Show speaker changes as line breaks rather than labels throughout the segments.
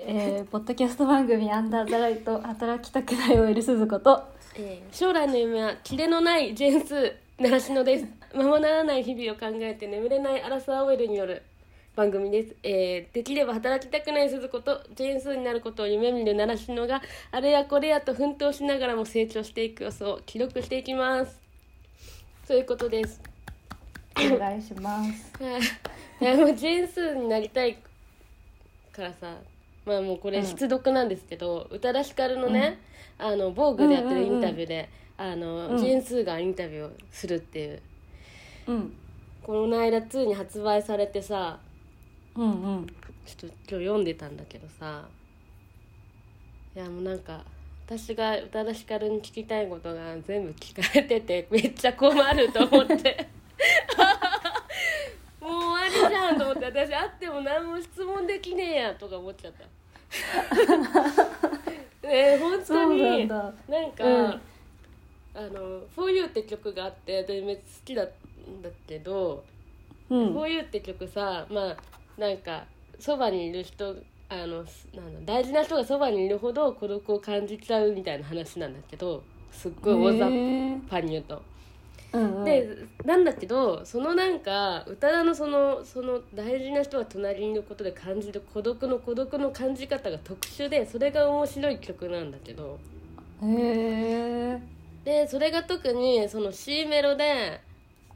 ッドキャスト番組「アンダーザライト働きたくない OL 鈴子」と
えー将来の夢はキレのないジェンス習志野です ままならない日々を考えて眠れないアラサーオイルによる番組です、えーできれば働きたくない鈴子とジェンスになることを夢見る習志野があれやこれやと奮闘しながらも成長していく様子を記録していきますそういうことです
お願いします
はいい やもうジェンスになりたいからさまあもうこれ
うん
必読なんですけど、宇多田ヒカルのね、あの防具でやってるインタビューで、あの、
うん
ジェンスがインタビューをするっていう
うん
この間ついに発売されてさ
うんうん
ちょっと今日読んでたんだけどさいやもうなんか私が宇多田ヒカルに聞きたいことが全部聞かれてて めっちゃ困ると思って もう終わりじゃんと思って私会っても何も質問できねえやとか思っちゃった ねえ本当
そうなん
に
だ
なんか、
うん
あの「For You」って曲があって私めっちゃ好きだったんだけど
う
こ
ん
ういうって曲さまあなんかそばにいる人あのすなんだ大事な人がそばにいるほど孤独を感じちゃうみたいな話なんだけどすっごい大雑
へー
把に言うと。
うんうん
でなんだけどそのなんか宇多田のそのその大事な人が隣にいることで感じる孤独の孤独の感じ方が特殊でそれが面白い曲なんだけど。
へえ
でそれが特にその C メロで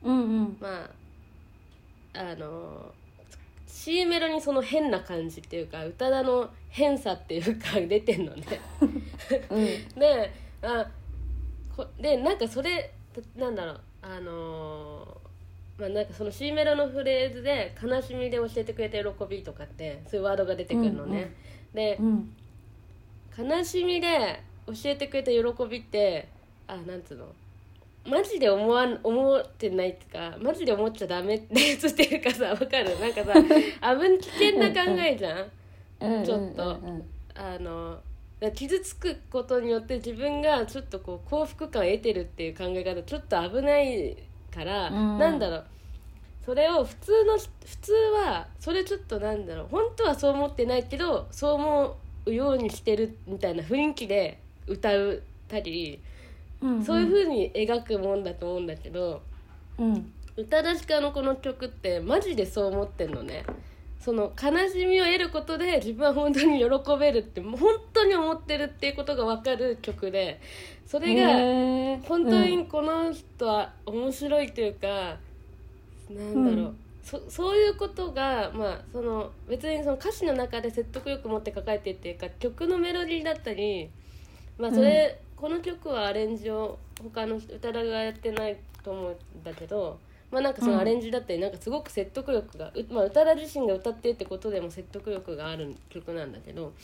うんうん
まああの C メロにその変な感じっていうか宇多田の変さっていうか出てん のね。
うん
であこでなんかそれなんだろうあのまあなんかその C メロのフレーズで「悲しみで教えてくれた喜び」とかってそういうワードが出てくるのね。
うんうん
で
うん
悲しみで教えてくれた喜びってあなんつうのマジで思わん思ってないっていうかマジで思っちゃダメってやつっていうかさわかるなんかさ危ん危険な考えじゃん
うん
ちょっと
うんうんうん
あのだから傷つくことによって自分がちょっとこう幸福感を得てるっていう考え方ちょっと危ないから、
うん
なんだろうそれを普通の普通はそれちょっとなんだろう本当はそう思ってないけどそう思うようにしてるみたいな雰囲気で歌うたり、
うんうん
そういう風に描くもんだと思うんだけど
うん
宇多田ヒカルのこの曲ってマジでそう思ってんのね。その悲しみを得ることで自分は本当に喜べるってもう本当に思ってるっていうことが分かる曲でそれが
へー
本当にこの人は面白いというか、なんだろう、
うん
そそういうことが、まあ、その別にその歌詞の中で説得力持って書かれてるっていうか曲のメロディーだったり、まあそれこの曲はアレンジを他の歌田がやってないと思うんだけど。まあ、なんかそのアレンジだったり、なんかすごく説得力が、うまあ、宇多田自身が歌ってってことでも説得力がある曲なんだけど、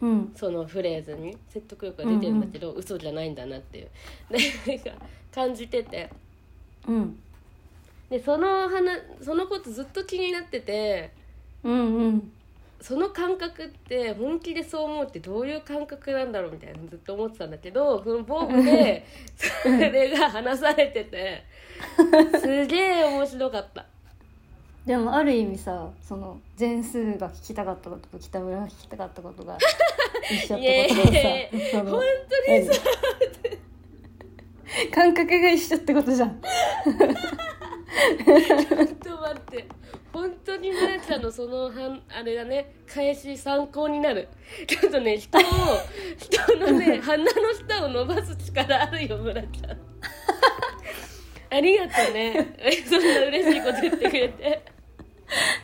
うん
そのフレーズに説得力が出てるんだけど、嘘じゃないんだなっていうでなんか感じてて
うん
でその話そのことずっと気になってて
うんうん
その感覚って本気でそう思うってどういう感覚なんだろうみたいなのずっと思ってたんだけどその防具でそれが話されててすげえ面白かった。
でもある意味さその全数が聞きたかったことと北村が聞きたかったことが一緒ってこと
いや
で
い
さその
本
何感覚が一緒ってことじゃん
ちょっと待って本当にななちゃんのその反あれだね返し参考になるちょっとね人を人の ね鼻の下を伸ばす力あるよ村ちゃんありがとうねえそんな嬉しいこと言ってくれて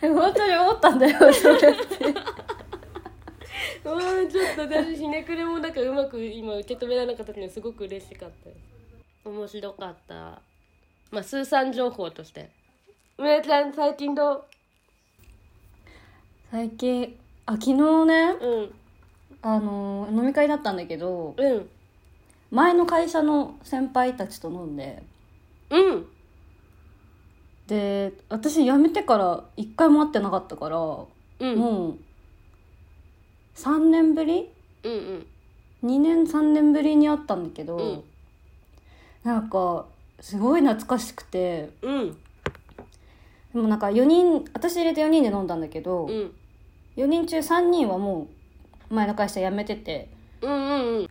本当に思ったんだよそれ
うんちょっと私ひねくれもなんかうまく今受け止められなかったのですごく嬉しかったです面白かったまあスーさん情報として村ちゃん最近どう
最近あ昨日ね
うん
あの飲み会だったんだけど
うん
前の会社の先輩たちと飲んで
うん
で私辞めてから一回も会ってなかったから、
うん
もう3年ぶり
うんうん
2年3年ぶりに会ったんだけど、
うん
なんかすごい懐かしくて
うん
でもなんか4人私入れて4人で飲んだんだけど、
うん
4人中3人はもう前の会社辞めてて、
うんうんうん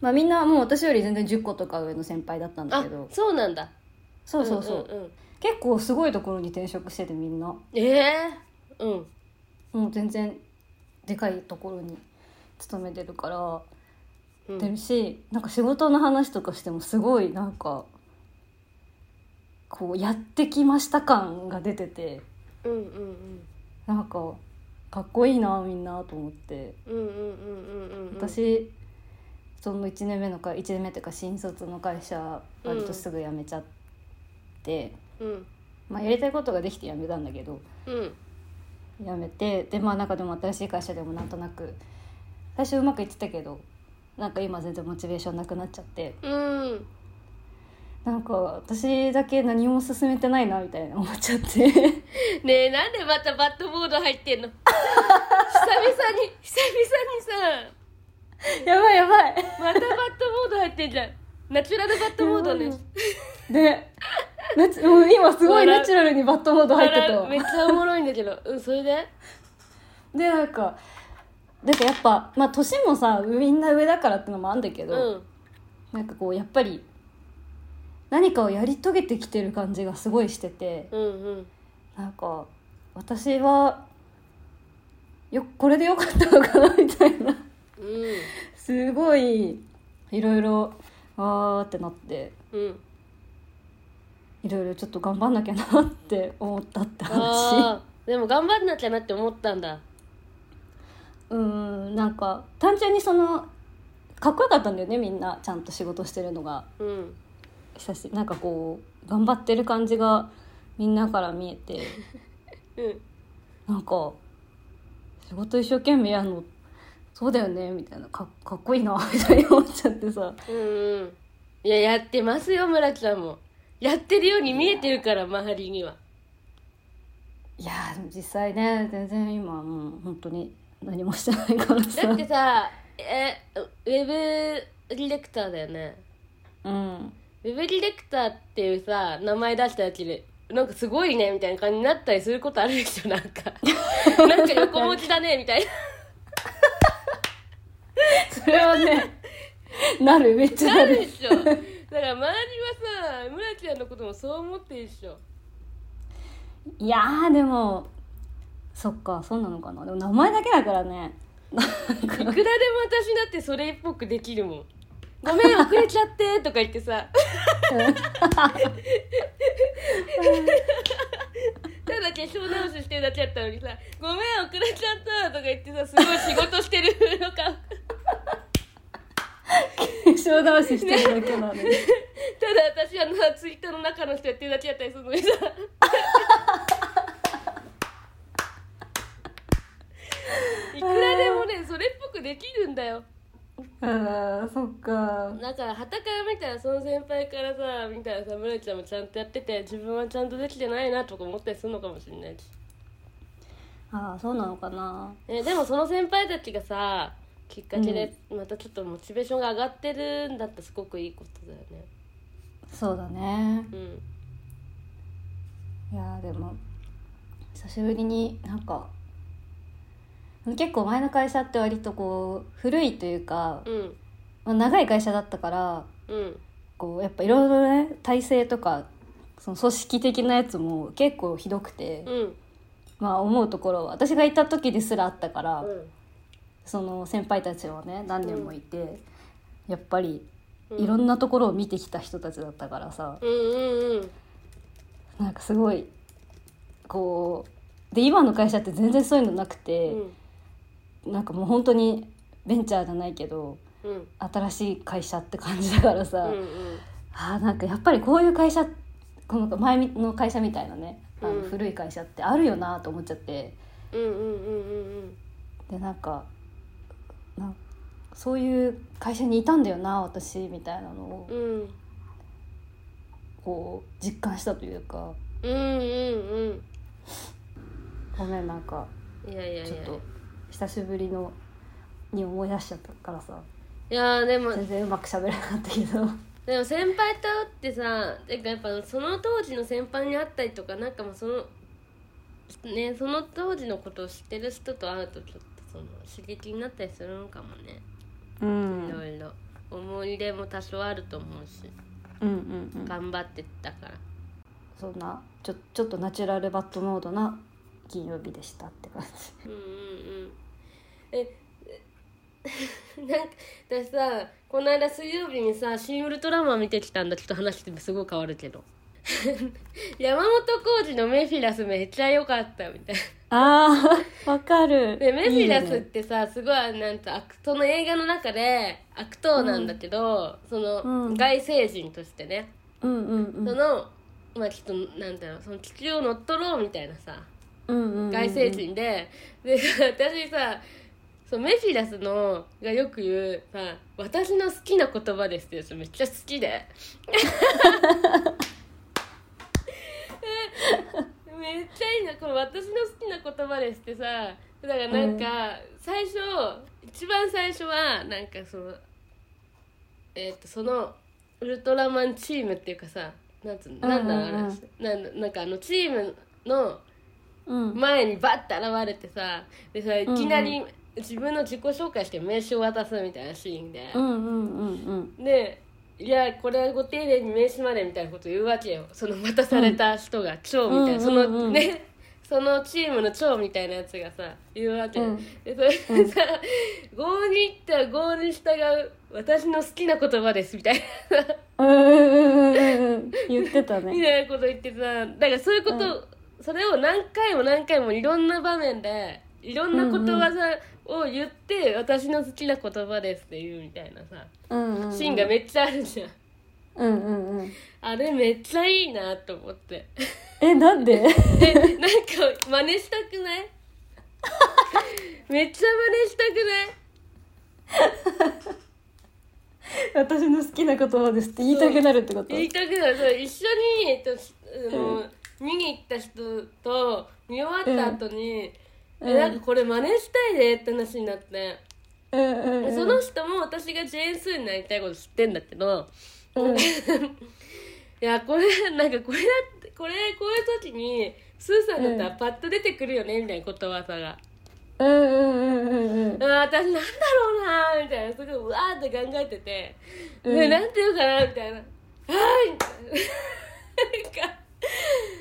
まあ、みんなもう私より全然10個とか上の先輩だったんだ
あ
けど
そうなんだ
そうそうそう,、
んんうん
結構すごいところに転職しててみんな
ええうん
もう全然でかいところに勤めてるから、
うん
てるしなんか仕事の話とかしてもすごいなんかこうやってきました感が出てて
うんうんうん
なんかかっこいいなみんなと思って
うんうんうんうんうんうん
私、その1年目の会1年目っていうか新卒の会社割とすぐ辞めちゃって、
うん
まあ、やりたいことができて辞めたんだけど
うん
辞めてでまあなんかでも新しい会社でもなんとなく最初うまくいってたけどなんか今全然モチベーションなくなっちゃって。
うん
なんか私だけ何も進めてないなみたいな思っちゃって
ねえなんでまたバッドボード入ってんの久々に久々にさ
やばいやばい
またバッドボード入ってんじゃんナチュラルバッドボードね
でナチもう今すごいナチュラルにバットモード入ってた
めっ
わ
ちゃおもろいんだけどうんそれで
でなんかなんかやっぱまあ年もさみんな上だからってのもあるんだけ
う
ど、
ん
なんかこうやっぱり何かをやり遂げてきてる感じがすごいしてて
うんうん
なんか私はよこれでよかったのかなみたいな
うん
すごいいろいろわーってなって
うん
いろいろちょっと頑張んなきゃなって思ったって話
あーでも頑張んなきゃなって思ったんだ
うーんなんか単純にそのかっこよかったんだよねみんなちゃんと仕事してるのが
うん
久しなんかこう頑張ってる感じがみんなから見えて
うん
なんか仕事一生懸命やるのそうだよねみたいなかかっこいいな みたいに思っちゃってさ
うんうんいややってますよ村木さんもやってるように見えてるから周りにはい
やー実際ね全然今もう本当に何もしてないからさ
だってさえウェブディレクターだよね
うん
ウェブディレクターっていうさ名前出しただけでなんかすごいねみたいな感じになったりすることあるでしょなんかなんか横持ちだねみたいな
それはねなるめっちゃ
な
な
る
る
でしょだから周りはさ村木さんのこともそう思ってるでしょ
いやーでもそっかそうなのかなでも名前だけだからね
いくらでも私だってそれっぽくできるもんごめん遅れちゃってとか言ってさただ化粧直ししてるだけやったのにさ「ごめん遅れちゃった」とか言ってさすごい仕事してる風の顔
小直ししてるだけなのに
ただ私はなツイッターの中の人やってるだけやったりするのにさいくらでもねそれっぽくできるんだよ
あーそっか
だからはたから見たらその先輩からさ見たらさ村ちゃんもちゃんとやってて自分はちゃんとできてないなとか思ったりするのかもしれないし、
ああそうなのかな
ね、でもその先輩たちがさきっかけでまたちょっとモチベーションが上がってるんだったらすごくいいことだよね
そうだね
うん
いやーでも久しぶりになんか結構前の会社って割とこう古いというか、
うん
まあ、長い会社だったから
うん
こうやっぱいろいろね体制とかその組織的なやつも結構ひどくて、
うん
まあ思うところは私がいた時ですらあったから、
うん
その先輩たちもね何年もいて、やっぱり
うん
いろんなところを見てきた人たちだったからさ、
うんうんうん
なんかすごいこうで今の会社って全然そういうのなく
う
て、
ん
なんかもう本当にベンチャーじゃないけど
うん
新しい会社って感じだからさ、
うんうん
あーなんかやっぱりこういう会社この前の会社みたいなねあの
うん
古い会社ってあるよなと思っちゃって
うんうんうんうん
でなんかなんそういう会社にいたんだよな私みたいなのを
うんうん
こう実感したというか
うんうん
ごめんなんか
うんいやいやい
ちょっ
や
と久しぶりのに思い出しちゃったからさ
いやでも
全然うまく喋れなかったけど
でも先輩と会ってさてかやっぱその当時の先輩に会ったりとかなんかもうそのねその当時のことを知ってる人と会うとちょっとその刺激になったりするのかもね
うん、
いろいろ思い入れも多少あると思うし
うんうんうん
頑張ってたから
そんなちょちょっとナチュラルバッドモードな金曜日でしたって感
うんうんうんえ えなんか私さこの間水曜日にさ「新ウルトラマン」見てきたんだちょっと話してすごい変わるけど 山本浩二のメフィラスめっちゃ良かったみたい
じあーわかる
でメフィラス
い
っ
いね
てさすごいなんか悪その映画の中で悪党なんだけど、その、
うん
外星人としてね
うんうんうん
その、まあちょっとなんだろうその地球を乗っ取ろうみたいなさ
うんうんうんうん
外星人で、で私さそうメフィラスのがよく言うさ「私の好きな言葉です」ってやつめっちゃ好きで えめっちゃいいなこの「私の好きな言葉です」ってさだからなんか最初、一番最初はなんかそのえっとそのウルトラマンチームっていうかさなんつうのなんだろうあれ
うんうん
なんなんかあのチームの
うん
前にバッて現れてさでさい
うん
きなり自分の自己紹介して名刺を渡すみたいなシーンで
う、んうんうんうん
で「いやこれはご丁寧に名刺まで」みたいなこと言うわけよその渡された人が長みたいな、
うん
その、
うんうんうん
ねそのチームの長みたいなやつがさ言うわけ、
うん
でそれでさ「合に行ったら合に従う私の好きな言葉です」みたいな。
うんうんうんうんうん言ってた
み
ね
たいなこと言ってさだからそういうこと、それを何回も何回もいろんな場面でいろんなことわざを言って、私の好きな言葉ですって言うみたいなさ
うんうんうん
シーンがめっちゃあるじゃん、
うんうんうん
あれめっちゃいいなと思 って
えなんで
えなんか真似した くないめっちゃ真似したくない
私の好きな言葉ですって言いたくなるってこと
言いたくないそう一緒に、えっとあの見に行った人と見終わった後に、
うん
えなんかこれ真似したいねって話になって、
うんうんうん
その人も私がジェーン・スーになりたいこと知ってんだけど
うん
いやこれなんかこれだってこれこういう時にスーさんだったらパッと出てくるよねみたいなことわざが。
うんうんうん うん
あー私なんだろうなーみたいなすごいうわーって考えてて、
うん
ねなんて言うかなみたいな「あーみた いななんか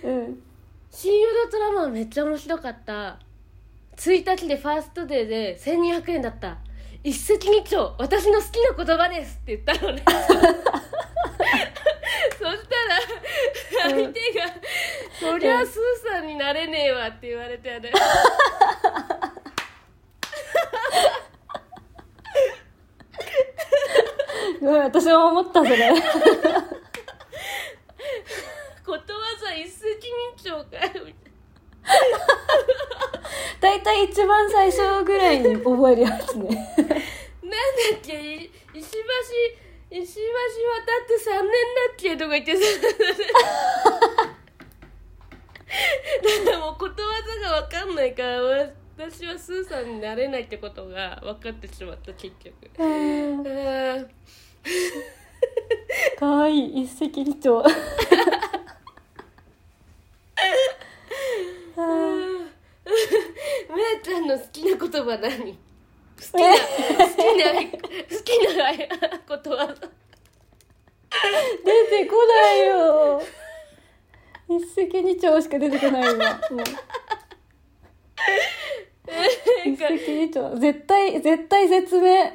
うん
「新ウルトラマン」めっちゃ面白かった1日でファーストデーで1200円だった一石二鳥私の好きな言葉ですって言ったのねそしたら相手が「そりゃスーさんになれねえわ」って言われてね
ごめん私も思ったそ れ
ことわざ一石二鳥かよみたいな。
大体一番最初ぐらいに覚えるやつね
なんだっけい石橋石橋渡って3年だっけとか言ってさだからもうことわざが分かんないから私はスーさんになれないってことが分かってしまった結局
うん
あー
かわいい一石二鳥
あ
あ
ーめいちゃんの好きな言葉何
ーえ
好きな好きなことわざ
出てこないよ一石二鳥しか出てこないよ、もう一石二鳥絶対絶対絶 命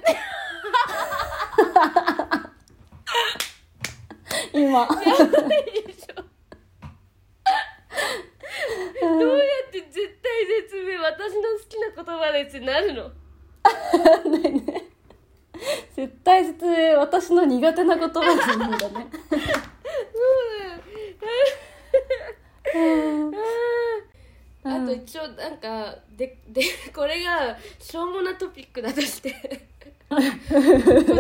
今
いいでしょどうやって絶対絶命私の好きな言葉ですってなるの
絶対絶命私の苦手な言葉ですねだねうん
あーあと一応なんかでで これがしょうもなトピックだとして個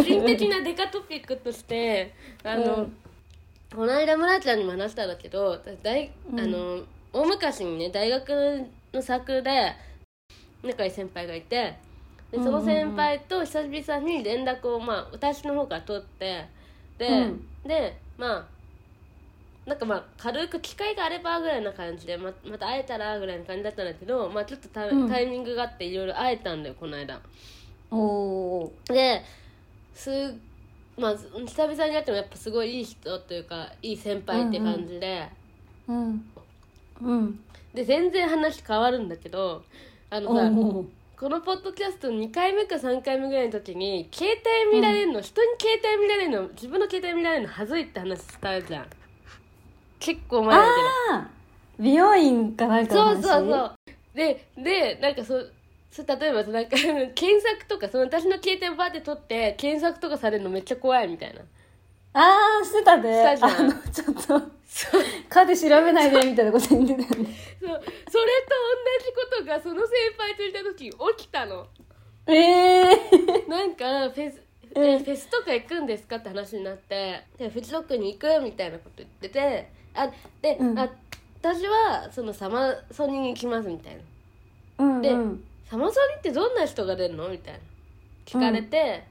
人的なデカトピックとしてあの、
うん
この間村ちゃんにも話したんだけど私大
うん
あの大昔にね大学のサークルで仲いい先輩がいてでその先輩と久々に連絡を、まあ、私の方から取ってで,、
うん
でまあなんかまあ軽く機会があればぐらいな感じでままた会えたらぐらいの感じだったんだけど、まあ、ちょっとタ,、
うん
タイミングがあっていろいろ会えたんだよこの間。
おお
ですまあ久々に会ってもやっぱすごいいい人というかいい先輩って感じで、
ーうんうん
で全然話変わるんだけどあのさ
おー
このポッドキャスト2回目か3回目ぐらいの時に携帯見られるの、人に携帯見られるの自分の携帯見られるの恥ずいって話したじゃん結構前だけど
あー美容院かなんかの
そ
話
うそうそうででなんかそそ例えばさなんか 検索とかその私の携帯バーって取って検索とかされるのめっちゃ怖いみたいな
ああしてたで
したじゃ
あ
ん
のちょっと
そう
カで調べないでみたいなこと言ってたよ ね
そうそれと同じことがその先輩といた時起きたの
ええ
なんかフェス
うん
えフェスとか行くんですかって話になってでフジロックに行くみたいなこと言っててあで、
うん
あ私はそのサマソニに行きますみたいな
うん
で
うん
サマソニってどんな人が出るのみたいな聞かれて、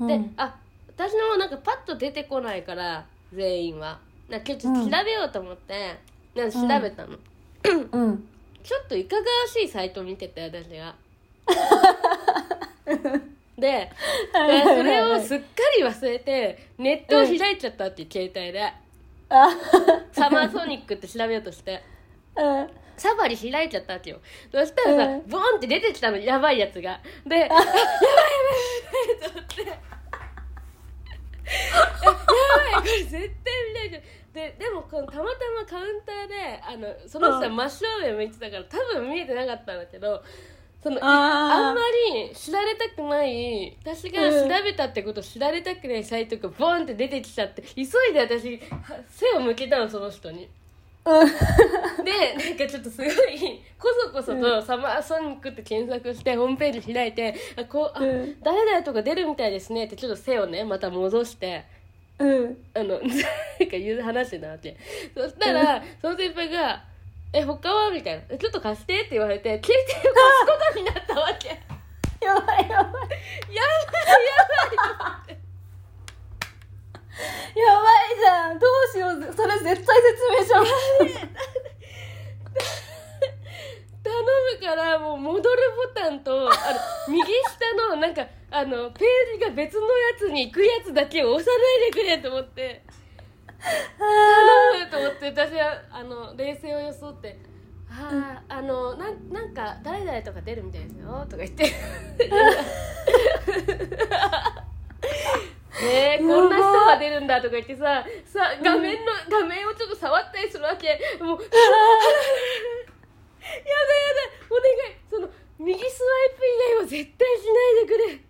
うん
で、あ私のもなんかパッと出てこないから全員はなんかちょっと調べようと思って、なんか調べたの、
うん
ちょっといかがわしいサイト見てたよ私 がででそれをすっかり忘れてネットを開いちゃったっていう携帯で、
あ
サマーソニックって調べようとして
うん
サファリ開いちゃったわけよそしたらさ、
うん
ボンって出てきたのやばいやつがで「あやばいやばいやばい」と思って「やばいこれ絶対見ないじゃん」ででもこのたまたまカウンターであのその人は
うん
真正面向いてたから多分見えてなかったんだけどそのあ
あ
んまり知られたくない私が調べたってことを知られたくないサイトがボンって出てきちゃって急いで私は背を向けたのその人に。
うん
でなんかちょっとすごいこそこそと「サマーソニック」って検索してホームページ開いて「あこうあ
うん
誰々とか出るみたいですね」ってちょっと背をねまた戻して
うん
あの なんか言う話してたわけそしたらその先輩が「え他は?」みたいなえ「ちょっと貸して」って言われて携帯を貸すことになったわけ や
やばいやばい
ばいやばい
やばいじゃんどうしようそれ絶対説明書
頼むからもう戻るボタンとあの右下のなんかあのページが別のやつに行くやつだけを押さないでくれと思って 頼むと思って私はあの冷静を装って「はああのなんなんか誰々とか出るみたいですよ」とか言ってねえこんな人が出るんだとか言ってささ画面の、画面をちょっと触ったりするわけもうやだやだお願いその右スワイプ以外は絶対しないで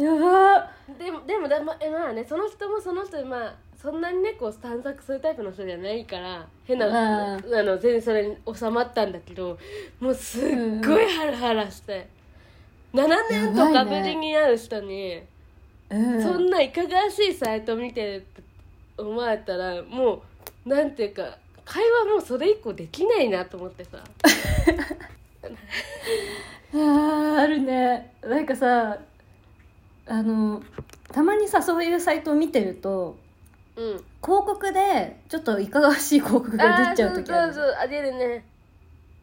くれ
やば
でもでもだまえまあねその人もその人でまあそんなにねこう探索するタイプの人じゃないから変なあ
う
の全然それに収まったんだけどもうすっごいハラハラして、7年とかぶりに会う人に、
うん
そんないかがわしいサイト見てるって思われたらもうなんていうか会話もうそれ以降できないなと思ってさ。
あーあるねなんかさあのたまにさそういうサイトを見てると
うん
広告でちょっといかがわしい広告が出ちゃう時あ
あー
る
そうそうそうあ出るね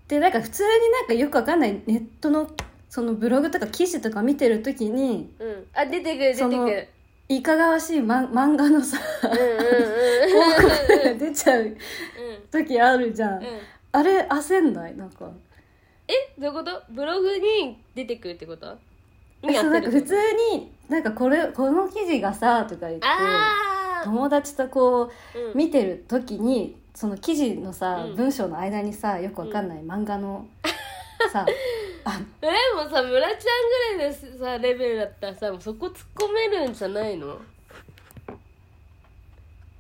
でなんか普通になんかよくわかんないネットのそのブログとか記事とか見てる時に
うんあ出てくる出て
そ
く
の
る
いかがわしい、ま、漫画のさ
うんうん
広
うん
告が出ちゃう
う
時あるじゃん、
んうん
あれ焦んないなんか
えどういうことブログに出てくるってことにや
そうなん
って
か
る
普
ってこと
通になんかこれこの記事がさとか言って
ああ
友達とこう
うん
見てる時にその記事のさ、
うん
文章の間にさよくわかんない漫画の、 さあ
えもうさ村ちゃんぐらいのさレベルだったらさもうそこ突っ込めるんじゃないの
う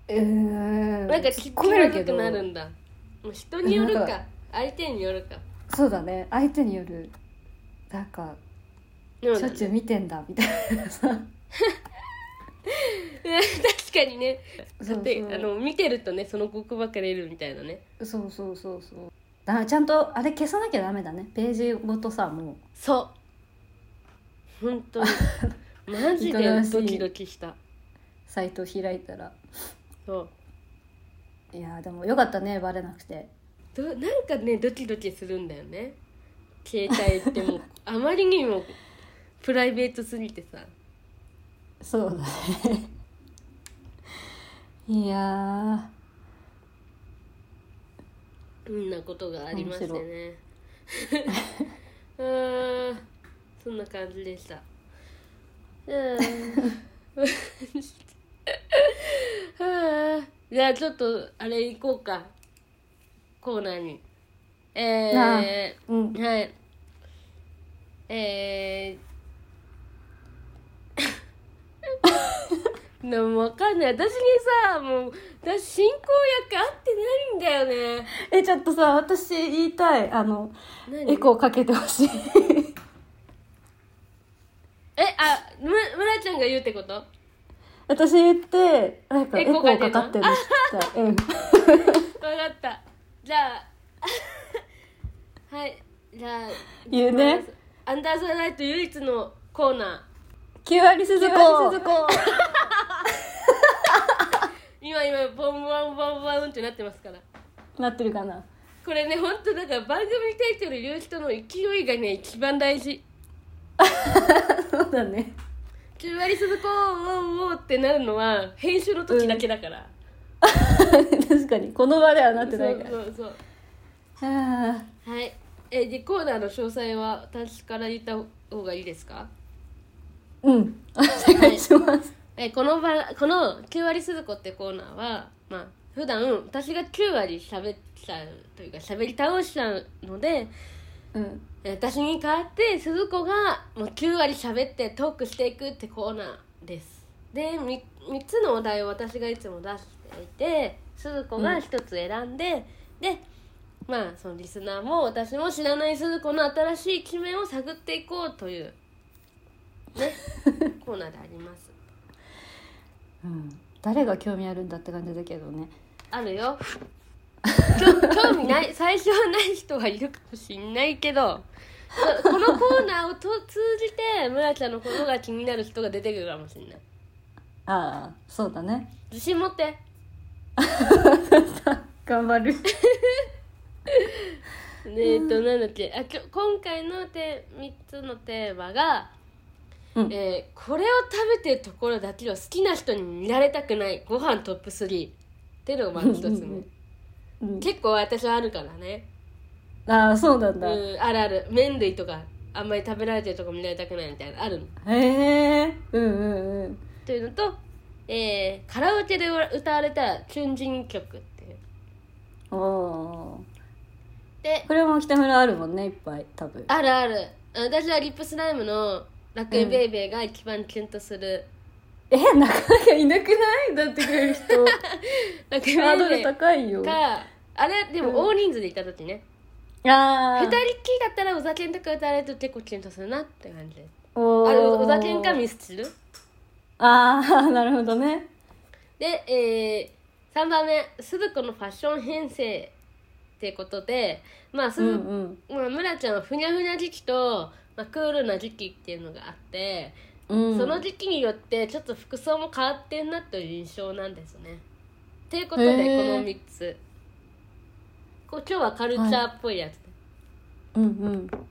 ーん
なんか
聞
聞
こ
こ
え
え
るけ
る
ど
くなるんだもう人による
な
か
んか
相手によるか
そうだね相手によるなんか
でも
しょっちゅう見てんだみたいなさ
ね 確かにね
そうそう
であの見てるとねその極ばっかり出るみたいなね
そうそうそうそうだちゃんとあれ消さなきゃダメだねページごとさも
そ う本当にマジ
いかがわ
で
しい
ドキドキした
うサイト開いたら
そう
いやーでもよかったねバレなくて
どなんかねドキドキするんだよね携帯っ てもうあまりにもプライベートすぎてさ
そうだねいや
そんなことがありましてね あーそんな感じ でしたじゃ あはあじゃあちょっとあれ行こうかコーナーにえ
ああ
ー、
ーうん
はい。え ー。でもわかんない私にさもう私進行役合ってないんだよね
えちょっとさ私言いたいあの
何
エコーかけてほしい
えあむ村ちゃんが言うってこと
私言ってなんか
エ
エコ
コー
ー
か
か
か
か
っ
ってて
ん
る
の
の聞きたいうん
わかったじゃあ はいじゃあ
言うね
行きますアンダーソーライト唯一のコーナ
9割鈴子
9割鈴ー 今今ボンボンボンボンってなってますから
なってるかな
これね本当だから番組タイトル言う人の勢いがね一番大事
そうだね
「9割鈴子おーおーおー」ってなるのは編集の時だけだから、
確かにこの場ではなって
そう
ないから
そうそう
あ
はいえーでコーナーの詳細は私から言った方がいいですか
ーうんお願いします、
えーこの番この「9割鈴子」ってコーナーはまあ普段私が9割喋っちゃうというか喋り倒しちゃうので
うん
えー私に代わって鈴子がもう9割喋ってトークしていくってコーナーですで 3, 三つのお題を私がいつも出していて鈴子が1つ選んで、でまあそのリスナーも私も知らない鈴子の新しい一面を探っていこうというねコーナーであります
うん、誰が興味あるんだって感じだけどね
あるよ興興味ない 最初はない人はいるかもしんないけどここのコーナーをと通じて村ちゃんのことが気になる人が出てくるかもしんない
ああそうだね
自信持って
頑張る
でえっとなんだっけあきょ今回のて3つのテーマが、
うん
えーこれを食べてるところだけを好きな人に見られたくないご飯トップ3」っていうのがまず一つ
うんうん
目
うん
結構私はあるからね
ああそうなんだ、
うん、あるある麺類とかあんまり食べられてるとこ見られたくないみたいなのあるの
へえうんうんうん
というのと、えーカラオケで歌われたらチュンジン曲っていう
おお
で
これも北村あるもんねいっぱい多分
あるあるあ私はリップスライムの「楽園ベイベー」が一番キュンとする、
えなかなかいなくないだってくれる 人
楽
ハー
園
ド
ベ
ル
イベー
高いよあ
かあれでも大人数でいた時ね、
あ
二人っきりだったらお酒とか歌われると結構キュンとするなって感じあ
おー
お酒かミスチル
ああなるほどね
で、えー、3番目鈴子のファッション編成ってことでまあ
う
鈴、
んうん
まあ、村ちゃんはふにゃふにゃ時期と、まあ、クールな時期っていうのがあって、
うん、
その時期によってちょっと服装も変わってんなという印象なんですね。ということで
へ
こ
ー
の3つこう今日はカルチャーっぽいやつ、
うんうんじゃあ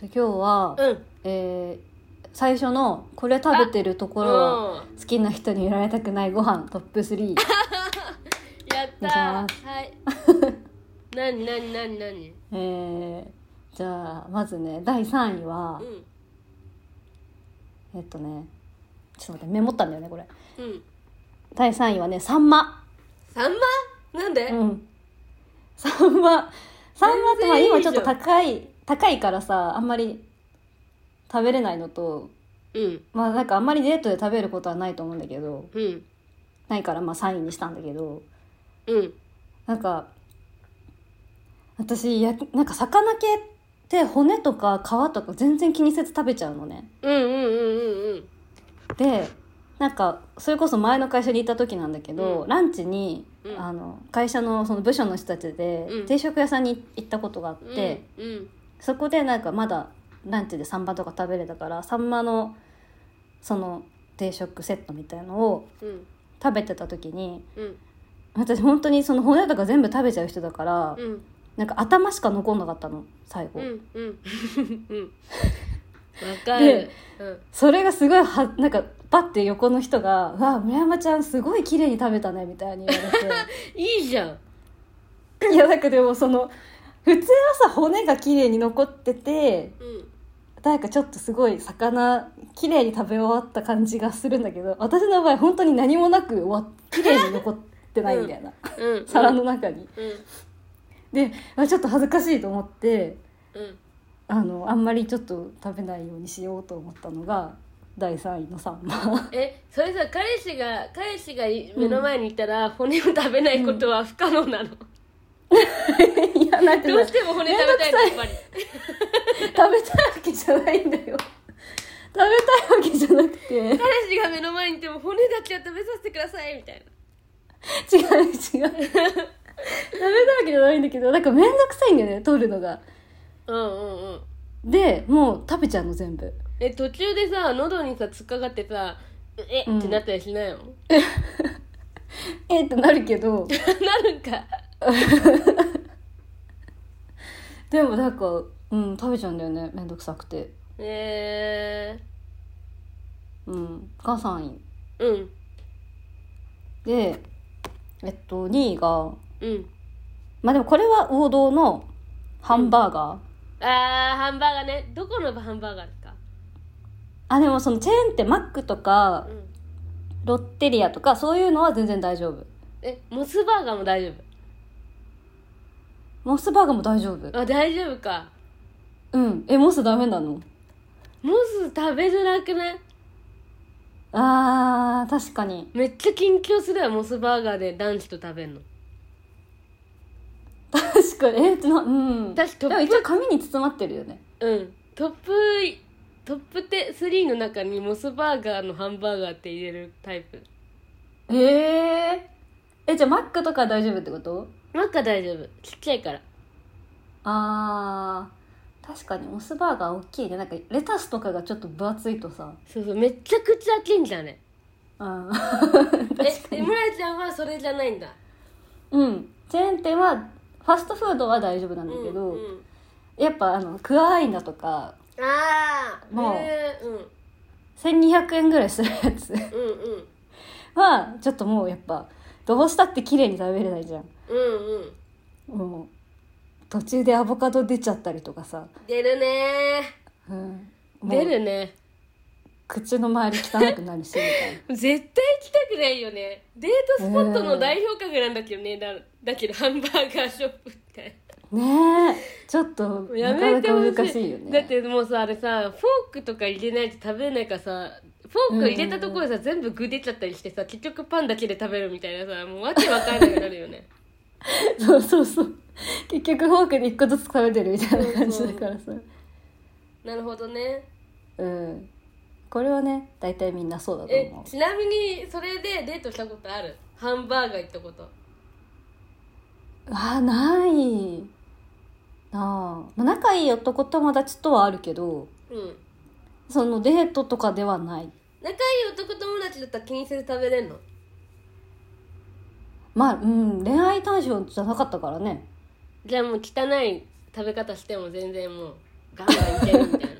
今日は、
うん
えー最初のこれ食べてるところを
うん
好きな人に見られたくないご飯トップ3
やっ
お
た
願い
ーはい 何何何何
えー、じゃあまずね第3位は
う、ん
えっとねちょっと待ってメモったんだよねこれ
うん
第3位はねサンマ
三万なんで、
うんサンマサンマってまあ
全然いいじゃん
今ちょっと高い高いからさあんまり食べれないのと
うん
まあなんかあんまりデートで食べることはないと思うんだけど
うん
ないからまあ3位にしたんだけど
うん
なんか私やなんか魚系って骨とか皮とか全然気にせず食べちゃうのね
うんうんうんうんうん
でなんかそれこそ前の会社にいた時なんだけど、
うん
ランチに、
うん
あの会社のその部署の人たちで、
うん
定食屋さんに行ったことがあって、
うん
そこでなんかまだランチでサンマとか食べれたからサンマのその定食セットみたいのを
うん
食べてた時に
うん
私本当にその骨とか全部食べちゃう人だから、
うん
なんか頭しか残んなかったの最後、
うんうん うんわかる
でそれがすごいはなんかパッて横の人が「うわ村山ちゃんすごい綺麗に食べたね」みたいに言われて。
うんいいじゃん
いやなんかでもその普通はさ骨が綺麗に残ってて
うん
なんかちょっとすごい魚綺麗に食べ終わった感じがするんだけど私の場合本当に何もなく終わっ綺麗に残ってないみたいな、
うん
皿の中に。
うん
であちょっと恥ずかしいと思って
うん
あのあんまりちょっと食べないようにしようと思ったのが第3位のサン マ
えそれさ彼氏が彼氏がい目の前にいたら、骨を食べないことは不可能なの、
いやなんか
どうしても骨食べたいのやっぱり
食べたいわけじゃないんだよ食べたいわけじゃなくて
彼氏が目の前にいても骨だけは食べさせてくださいみたい
違う違う食べたわけじゃないんだけどなんかめんどくさいんだよね取るのが
なうんうんうん
でもう食べちゃうの全部
え途中でさ喉にさ突っかかってさえ
うん
ってなったりしないの、
えってなるけど
なるんか
でもなんかうん食べちゃうんだよねめんどくさくて
え
うんが3位
ー、うん
でえっと2位が
うん
まあでもこれは王道のハンバーガー、
あーハンバーガーねどこのハンバーガーですか
あでもそのチェーンってマックとか
うん
ロッテリアとかそういうのは全然大丈夫
えモスバーガーも大丈
モスバーガーも大丈夫
夫あ大丈夫か
うんえモスダメなの
モス食べづらくない
あー確かに
めっちゃ緊張するわモスバーガーで男子と食べんの
確かにえっとなうん
私ト
で
ッ
も
プ
一応紙に包まってるよね
うんトップトップテ3の中にモスバーガーのハンバーガーって入れるタイプ
えええじゃあマックとか大丈夫ってこと
マッカ大丈夫ちっちゃいから
あー確かにモスバーガー大きいねなんかレタスとかがちょっと分厚いとさ
そうそうめっちゃくちゃ開けんじゃんね
うん
え村井ちゃんはそれじゃないんだ
うんチェーン店はファストフードは大丈夫なんだけど、
うんうん、
やっぱあのクアアイナとか
ああ
もう
えーうん
1200円ぐらいするやつ
うんうん
は ちょっともうやっぱどうしたって綺麗に食べれないじゃん
うんうん
もう途中でアボカド出ちゃったりとかさ、
出るね
うん、
ー
もう
出るね
口の周り汚くなるしみたいな
絶対行きたくないよねデートスポットの代表格なんだけどね、だだけどハンバーガーショップ って
ねえちょっと
や
なか
め
な
てほしい
か難しいよね
だってもうさあれさフォークとか入れないと食べれないからさフォーク入れたところでさ全部具出ちゃったりしてさ結局パンだけで食べるみたいなさもうわけわかんなくなるよね
そうそうそう結局フォークで一個ずつ食べてるみたいな感じだからさ
なるほどね
うんこれはね大体みんなそうだと
え
思う
ちなみにそれでデートしたことあるハンバーガー行ったこと
あないなあ、まあ、仲いい男友達とはあるけど
うん
そのデートとかではない
仲いい男友達だったら気にせず食べれんの
まあうん恋愛対象じゃなかったからね
じゃあもう汚い食べ方しても全然もうガンガンいけるみたいな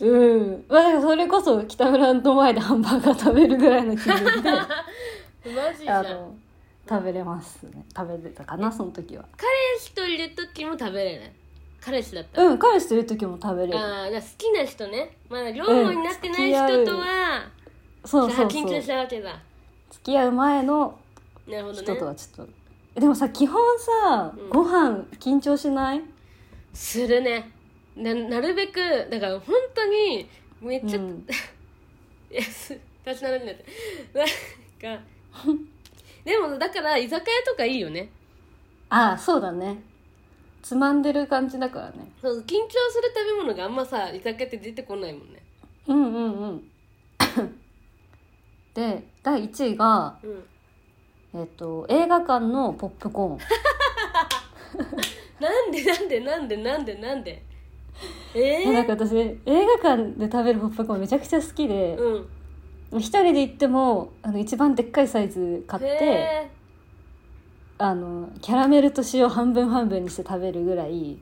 うんまあだからそれこそ北村の前でハンバーガー食べるぐらいの気分で
マジじゃ
あ
ん
の食べれますね食べてたかなその時は
彼氏といる時も食べれない彼氏だったら
うん彼氏といる時も食べれる
ああーじゃあ好きな人ねまだ両方になってない人とは、
そう
じゃ
そ
あ
うそう
緊張し
付
たわけだ
き合う前の
なるほど
人と
ね
はちょっと、でもさ基本さ、
うん
ご飯緊張しない
するねななるべくだから本当にめっちゃ、
う
い
ん
やす立ち並びになってなんかでもだから居酒屋とかいいよね
ああそうだねつまんでる感じだからね
そう緊張する食べ物があんまさ居酒屋って出てこないもんね
うんうんうん で第1位が、
うん
えっと映画館のポップコーン
なんでなんでなんでなんでなんで
えなん
え
か私映画館で食べるポップコーンめちゃくちゃ好きで、
ー、うん
一人で行ってもあの一番でっかいサイズ買って
へ
あのキャラメルと塩半分半分にして食べるぐらい
ー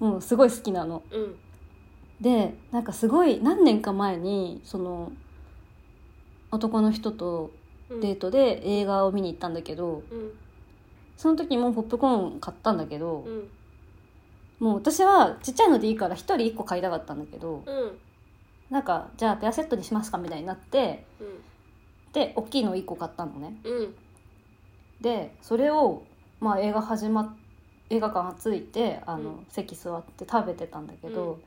うん
もうすごい好きなの。
うん
でなんかすごい何年か前にその男の人と
うん
デートで映画を見に行ったんだけど
うん
その時もポップコーン買ったんだけど、
うん
もう私はちっちゃいのでいいから1人1個買いたかったんだけど、
うん
なんかじゃあペアセットにしますかみたいになって
うん
で大きいの1個買ったのね
うん
でそれを、まあ、映画始まっ映画館着いてあの、
うん
席座って食べてたんだけど、
うん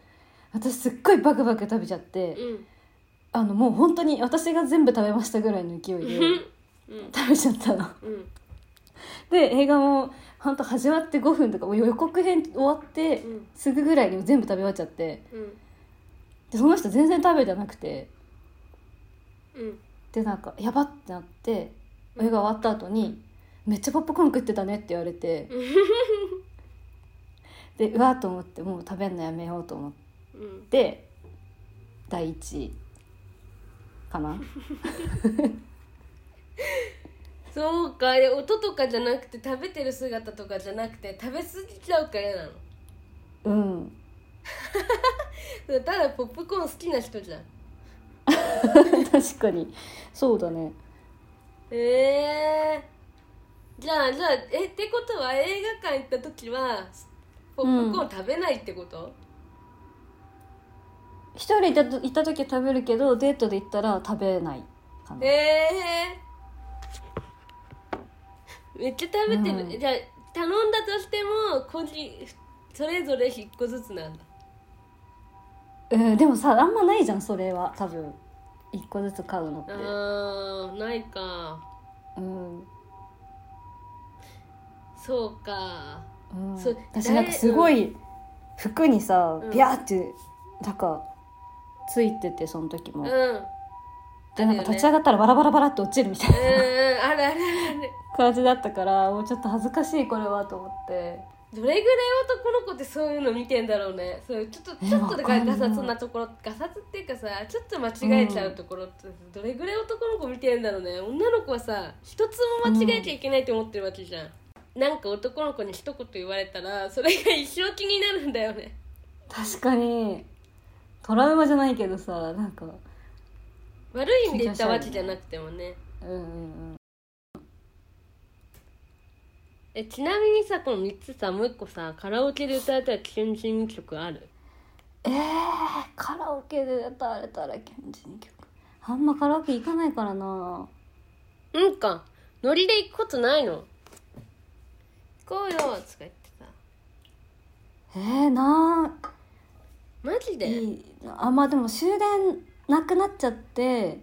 私すっごいバクバク食べちゃって、
うん
あのもう本当に私が全部食べましたぐらいの勢いで
うん
食べちゃったの。
うん
で映画も本当始まって5分とかもう予告編終わって
うん
すぐぐらいにも全部食べ終わっちゃって
うん
でその人全然食べてなくて
うん
でなんかやばってなって映画終わった後に「めっちゃポップコーン食ってたね」って言われ てでうわーと思ってもう食べんのやめようと思っ
うん
て第一位かな
そうかで音とかじゃなくて食べてる姿とかじゃなくて食べ過ぎちゃうからなの
うん
それただポップコーン好きな人じゃん
確かにそうだね
ええじゃあじゃあえってことは映画館行った時はポップコーン食べないってこと、
一人でいたと行った時は食べるけどデートで行ったら食べないかな
ええめっちゃ食べてる、
うん
じゃあ頼んだとしても個人それぞれ一個ずつなんだ
うんでもさあんまないじゃんそれは多分一個ずつ買うのって
あーないか
うん、
そうか
うん、
そう
私なんかすごい服にさ
うん
ビャーってなんかついててその時
う
も
んうんうん
でなんか立ち上がったらバラバラバラって落ちるみたいな
あるあるある
感じだったからもうちょっと恥ずかしいこれはと思って
どれぐらい男の子ってそういうの見てんだろうねそういうちょっと
え
ちょっとだから
わかんな
ガ
い
サツなところガサツっていうかさちょっと間違えちゃうところって、どれぐらい男の子見てんだろうね女の子はさ一つも間違えちゃいけないと思ってるわけじゃん、なんか男の子に一言言われたらそれが一生気になるんだよね
確かにトラウマじゃないけどさなんか
悪い意味で言ったわけじゃなくてもね
うんうん
えちなみにさこの3つさもう1個さカラオケで歌えたら献身曲ある
うんえー、カラオケで歌われたら賢人曲あんまカラオケ行かないからな
うんかノリで行くことないの行こうよとか言ってさ
えー、なあ
マジで
いいあまあでも終電なくなっちゃって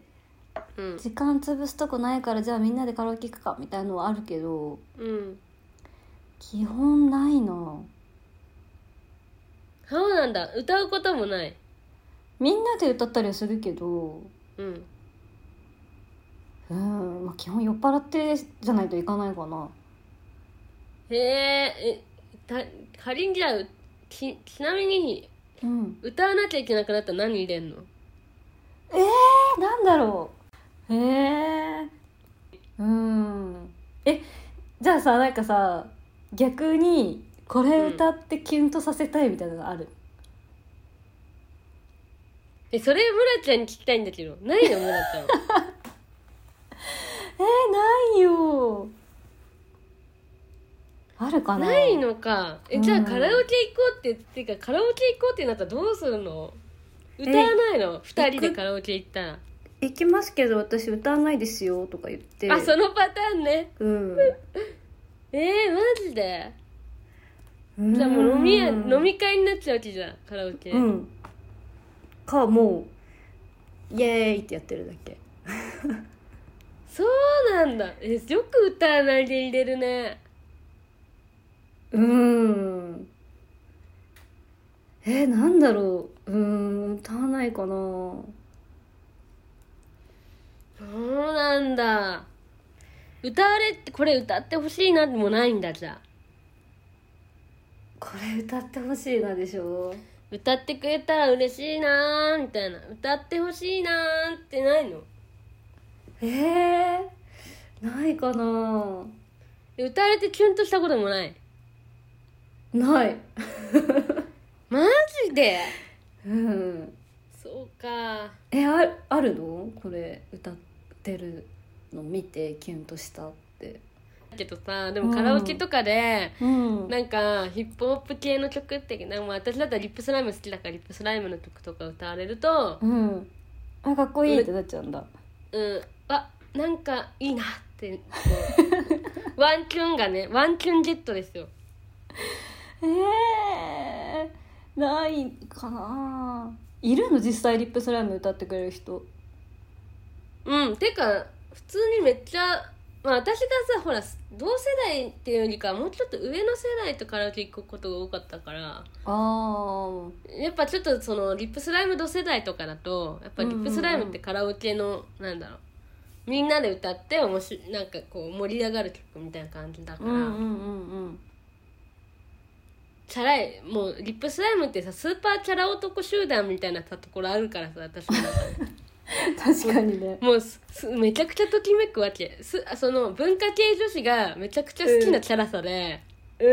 うん
時間潰すとこないからじゃあみんなでカラオケ行くかみたいのはあるけど
うん
基本ないの
そうなんだ歌うこともない
みんなで歌ったりはするけど
うん
うん、まあ、基本酔っ払ってじゃないといかないかな
へええた仮にじゃあうちちなみに
うん
歌わなきゃいけなくなったら何入れんの
えー、なんだろうえー、うんえじゃあさなんかさ逆にこれ歌ってキュンとさせたいみたいなのある、
えそれ村ちゃんに聞きたいんだけどないの村ちゃん
えー、ないよあるかな
ないのかえじ
う
ゃあ
ん
カラオケ行こうってっていうかカラオケ行こうってなったらどうするの歌わないの2人でカラオケ行ったら
行きますけど私歌わないですよとか言って
あそのパターンね
うん
えー、マジでじゃあもう飲みや飲み会になっちゃうわけじゃんカラオケ、
うんかもうイエーイってやってるだけ
そうなんだえよく歌わないで入れるね
うんえー、なんだろううん歌わないかな
そうなんだ歌われってこれ歌ってほしいなってもないんだじゃあ
これ歌ってほしいなでしょ
歌ってくれたら嬉しいなーみたいな歌ってほしいなーってないの
えー、ないかな
で歌われてキュンとしたこともない
ない
マジで
うん
そうか
えああるのこれ歌ってるの見てキュンとしたって
けどさでもカラオケとかで、
うん
なんかヒップホップ系の曲ってなんかまあ私だったらリップスライム好きだからリップスライムの曲とか歌われると
うんあかっこいいってなっちゃうんだ
うんあなんかいいなって こうワンキュンがねワンキュンゲットですよ
ええー、ないかないるの実際リップスライム歌ってくれる人
うんてか普通にめっちゃまあ私がさほら同世代っていうよりかもうちょっと上の世代とカラオケ行くことが多かったから
あー
やっぱちょっとそのリップスライム同世代とかだとやっぱリップスライムってカラオケの、なんだろうみんなで歌っておもしなんかこう盛り上がる曲みたいな感じだから、
んうんうん
チャラいもうリップスライムってさスーパーチャラ男集団みたいなさところあるからさ私の 中で
確かにね
もうすすめちゃくちゃときめくわけすその文化系女子がめちゃくちゃ好きなチャラさで、
う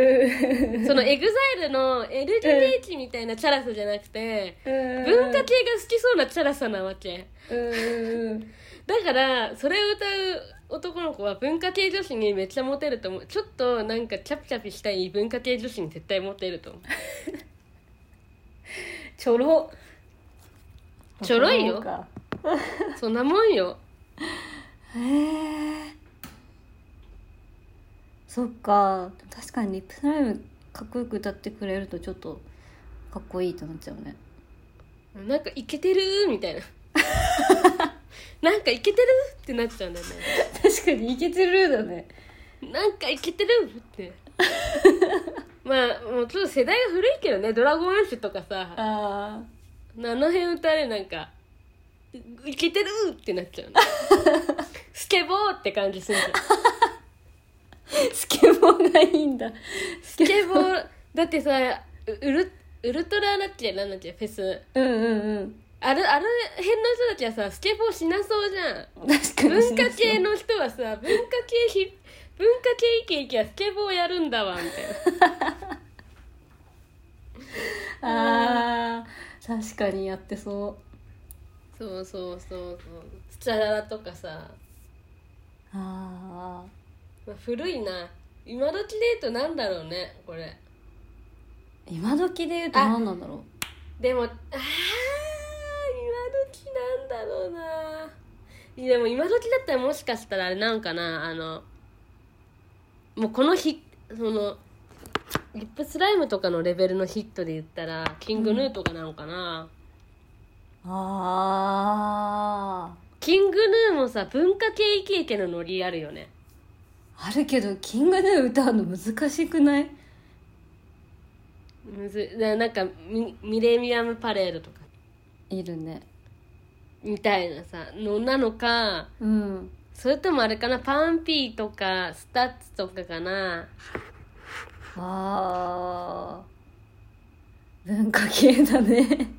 ん
そのエグザイルの LDH みたいなチャラさじゃなくて、文
文
化系が好きそうなチャラさなわけ。
うん
だからそれを歌う男の子は文化系女子にめっちゃモテると思うちょっとなんかチャピチャピしたい文化系女子に絶対モテると思う
ちょろ
ちょろいよ
そうか
そんなもんよ
へえそっか確かにリップスライムかっこよく歌ってくれるとちょっとかっこいいとなっちゃうね
なんかイケてるみたいななんかイケてるってなっちゃうんだよね
確かにイケてるだね
なんかイケてるってまあもうちょっと世代が古いけどね「ドラゴンアッシュ」とかさあ
ああ
の辺歌でなんか「イケてる!」ってなっちゃうのスケボーって感じするじゃん
スケボーがいいんだス
スケボーだってさウウルウルトラだっけなんだっけフェス
うんうんうん
あるある辺の人たちはさスケボーしなそうじゃん
確かに
文化系の人はさ文化系ひ文化系イケイケはスケボーやるんだわみたいな
ああ確かにやってそ
そうそうそうそうスチャララとかさ、
うああ
まあ、古いな今時で言うとなんだろうねこれ
今時で言うと何なんだろう
でもあー今時なんだろうないやでも今時だったらもしかしたらあれなんかなあのもうこの日そのリップスライムとかのレベルのヒットで言ったらキングヌーとかなのかな、
あ
キングヌーもさ文化系イケイケのノリあるよね
ああるけどキングヌー歌うの難しくない
むずいななんかミミレミアムパレードとか
いるね
みたいなさのなのか
うん
それともあれかなパンピーとかスタッツとかかな
あー文化系だね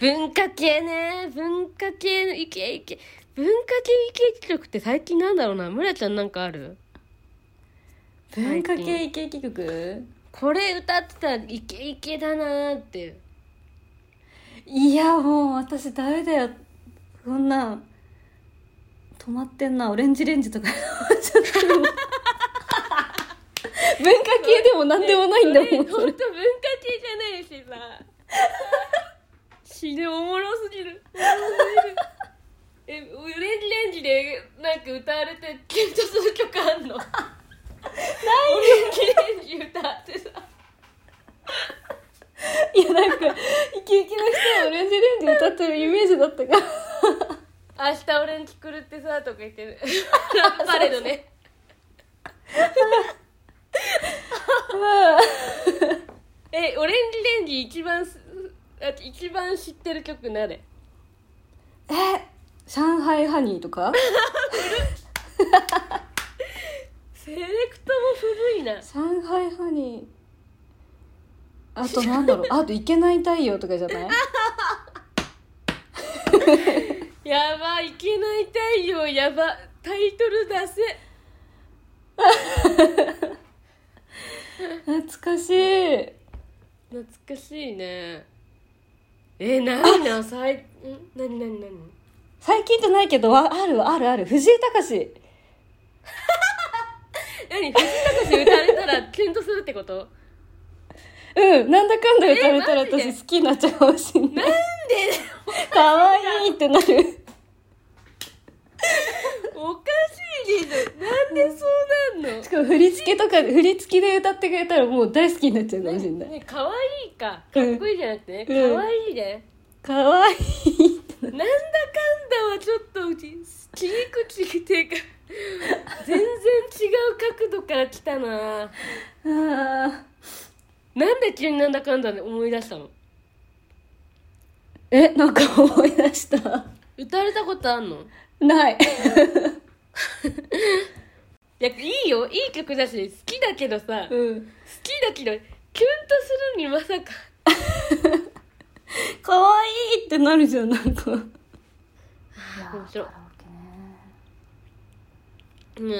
文化系ね文化系のイケイケ文化系イケイケ曲って最近なんだろうな村ちゃんなんかある
文化系イケイケ曲
これ歌ってたらイケイケだなーっていう
いやもう私ダメだよそんなん止まってんなオレンジレンジ とかちょっと文化系でも何でもないんだもん
ね
そ
ほ
れ
んと文化系じゃないしさ死ぬおもろすぎるおもろすぎるえオレンジレンジでなんか歌われてキュンとする曲あんのないオレンジレンジ歌ってさ
いやなんかイケイケの人はオレンジレンジ歌ってるイメージだったから
明日オレンジ来るってさとか言ってるラッ パレードね えオレンジレンジ一番すあ一番知ってる曲なれ
え上海ハニーとか
セレクトも古いな
上海ハニあとなん だろうあと「いけない太陽」とかじゃない
やばいけない太陽やばタイトル出せ
懐かしい
懐かしいねえ何なさいん何何何
最近じゃないけどわあるわあるある藤井隆
何藤井隆歌われたらキュンとするってこと
うんなんだかんだ歌われたら
えマジで
私好きになっちゃうかもしん
な
なん
で
いかわいいってなる
おかしいリズなんでそうなんの
しかも振り付けとかで振り付きで歌ってくれたらもう大好きになっちゃうかもしんない
ね可愛いかかっこいいじゃなくてね
うん
可愛いね
かわいいって
なんだかんだはちょっとうち切り口っていうか全然違う角度から来たな
あー
なんで急になんだかんだで思い出したの
えなんか思い出した
歌われたことあんの
ない
いやいいよいい曲だし好きだけどさ好
うん
きだけどキュンとするにまさか
かわいいってなるじゃんなんか
面白いうん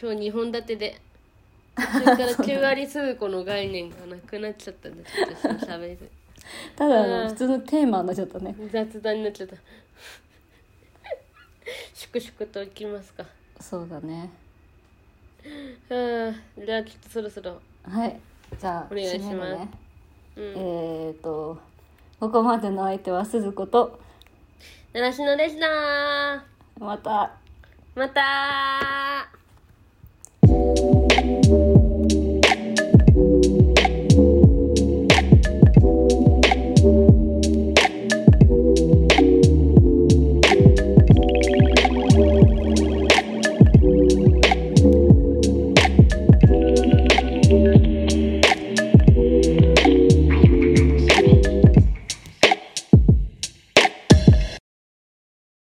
今日2本立て でそれから9割鈴子の概念がなくなっちゃったんでちょっとその喋り
ただあの、
うん
普通のテーマになっちゃったね
雑談になっちゃった 粛々といきますか
そうだね
うんじゃあちょっとそろそろ
はいじゃあ
お願いします
締めるね
うん
えー、とここまでの相手は鈴子と
習志野でした
また
またー